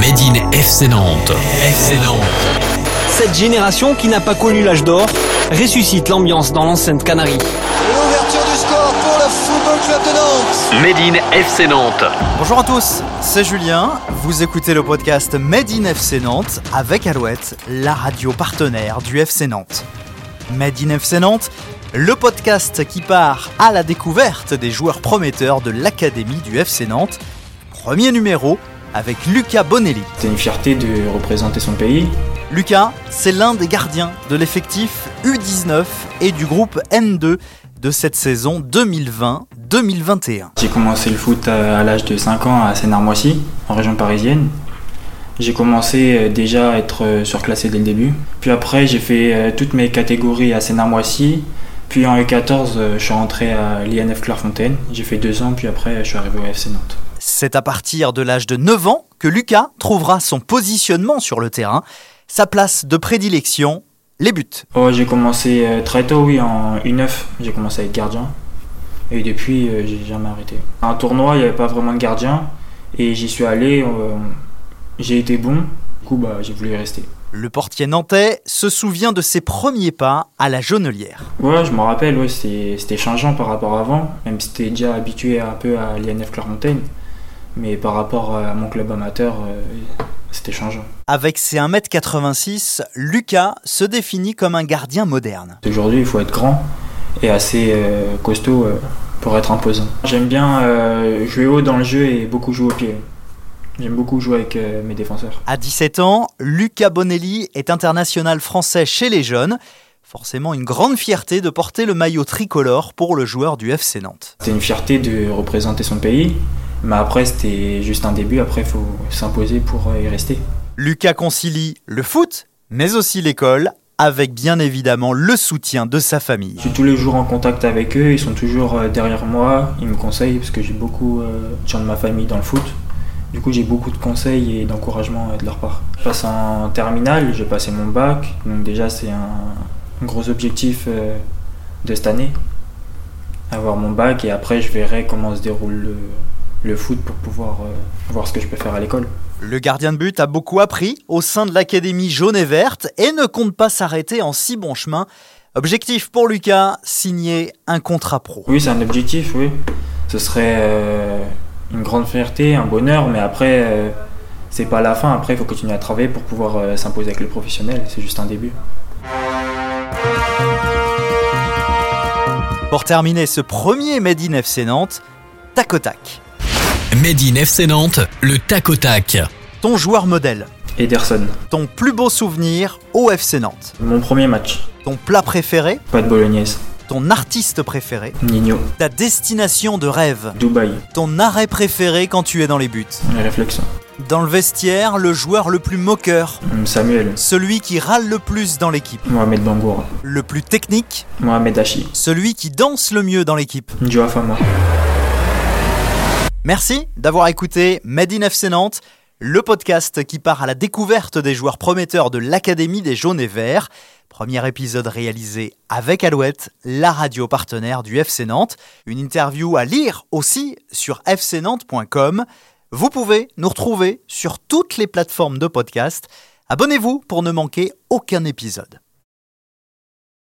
Made in FC Nantes. FC Nantes. Cette génération qui n'a pas connu l'âge d'or ressuscite l'ambiance dans l'enceinte Canarie. L'ouverture du score pour le Football Club de Nantes. Made in FC Nantes. Bonjour à tous, c'est Julien. Vous écoutez le podcast Made in FC Nantes avec Alouette, la radio partenaire du FC Nantes. Made in FC Nantes, le podcast qui part à la découverte des joueurs prometteurs de l'académie du FC Nantes. Premier numéro avec Lucas Bonelli. C'est une fierté de représenter son pays. Lucas, c'est l'un des gardiens de l'effectif U19 et du groupe N2 de cette saison 2020-2021. J'ai commencé le foot à à l'âge de 5 ans à Seine-Armoissy, en région parisienne. J'ai commencé euh, déjà à être euh, surclassé dès le début. Puis après, j'ai fait euh, toutes mes catégories à Seine-Armoissy. Puis en E14, euh, je suis rentré à l'INF Clairefontaine. J'ai fait deux ans, puis après, je suis arrivé au FC Nantes. C'est à partir de l'âge de 9 ans que Lucas trouvera son positionnement sur le terrain, sa place de prédilection, les buts. Oh, j'ai commencé euh, très tôt, oui, en U9. J'ai commencé avec gardien. Et depuis, euh, j'ai jamais arrêté. À un tournoi, il n'y avait pas vraiment de gardien. Et j'y suis allé. euh, j'ai été bon. Du coup, bah, j'ai voulu y rester. Le portier nantais se souvient de ses premiers pas à la Jaunelière. Ouais, je me rappelle, ouais, c'était c'était changeant par rapport à avant, même si j'étais déjà habitué un peu à l'INF Clairefontaine. Mais par rapport à mon club amateur, euh, c'était changeant. Avec ses 1m86, Lucas se définit comme un gardien moderne. Aujourd'hui, il faut être grand et assez euh, costaud euh, pour être imposant. J'aime bien euh, jouer haut dans le jeu et beaucoup jouer au pied. J'aime beaucoup jouer avec euh, mes défenseurs. À 17 ans, Lucas Bonelli est international français chez les jeunes. Forcément une grande fierté de porter le maillot tricolore pour le joueur du FC Nantes. C'était une fierté de représenter son pays, mais après, c'était juste un début. Après, il faut s'imposer pour euh, y rester. Lucas concilie le foot, mais aussi l'école, avec bien évidemment le soutien de sa famille. Je suis tous les jours en contact avec eux, ils sont toujours euh, derrière moi, ils me conseillent parce que j'ai beaucoup euh, de gens de ma famille dans le foot. Du coup, j'ai beaucoup de conseils et d'encouragement euh, de leur part. Je passe en terminale, j'ai passé mon bac, donc déjà c'est un, un gros objectif euh, de cette année, avoir mon bac et après je verrai comment se déroule le, le foot pour pouvoir euh, voir ce que je peux faire à l'école. Le gardien de but a beaucoup appris au sein de l'académie jaune et verte et ne compte pas s'arrêter en si bon chemin. Objectif pour Lucas, signer un contrat pro. Oui, c'est un objectif, oui. Ce serait euh, une grande fierté, un bonheur, mais après, euh, c'est pas la fin. Après, il faut continuer à travailler pour pouvoir euh, s'imposer avec le professionnel. C'est juste un début. Pour terminer ce premier Made in FC Nantes, tac au tac. Made in FC Nantes, le tac au tac. Ton joueur modèle, Ederson, ton plus beau souvenir au FC Nantes, mon premier match, ton plat préféré, pas de bolognaise. ton artiste préféré, Nino, ta destination de rêve, Dubaï, ton arrêt préféré quand tu es dans les buts. les réflexions. Dans le vestiaire, le joueur le plus moqueur, Hum, Samuel, celui qui râle le plus dans l'équipe, Mohamed Bangour, le plus technique, Mohamed Hachi, celui qui danse le mieux dans l'équipe. Joa Fama. Merci d'avoir écouté Made in FC Nantes, le podcast qui part à la découverte des joueurs prometteurs de l'Académie des Jaunes et Verts. Premier épisode réalisé avec Alouette, la radio partenaire du FC Nantes. Une interview à lire aussi sur fcnantes.com. Vous pouvez nous retrouver sur toutes les plateformes de podcast. Abonnez-vous pour ne manquer aucun épisode.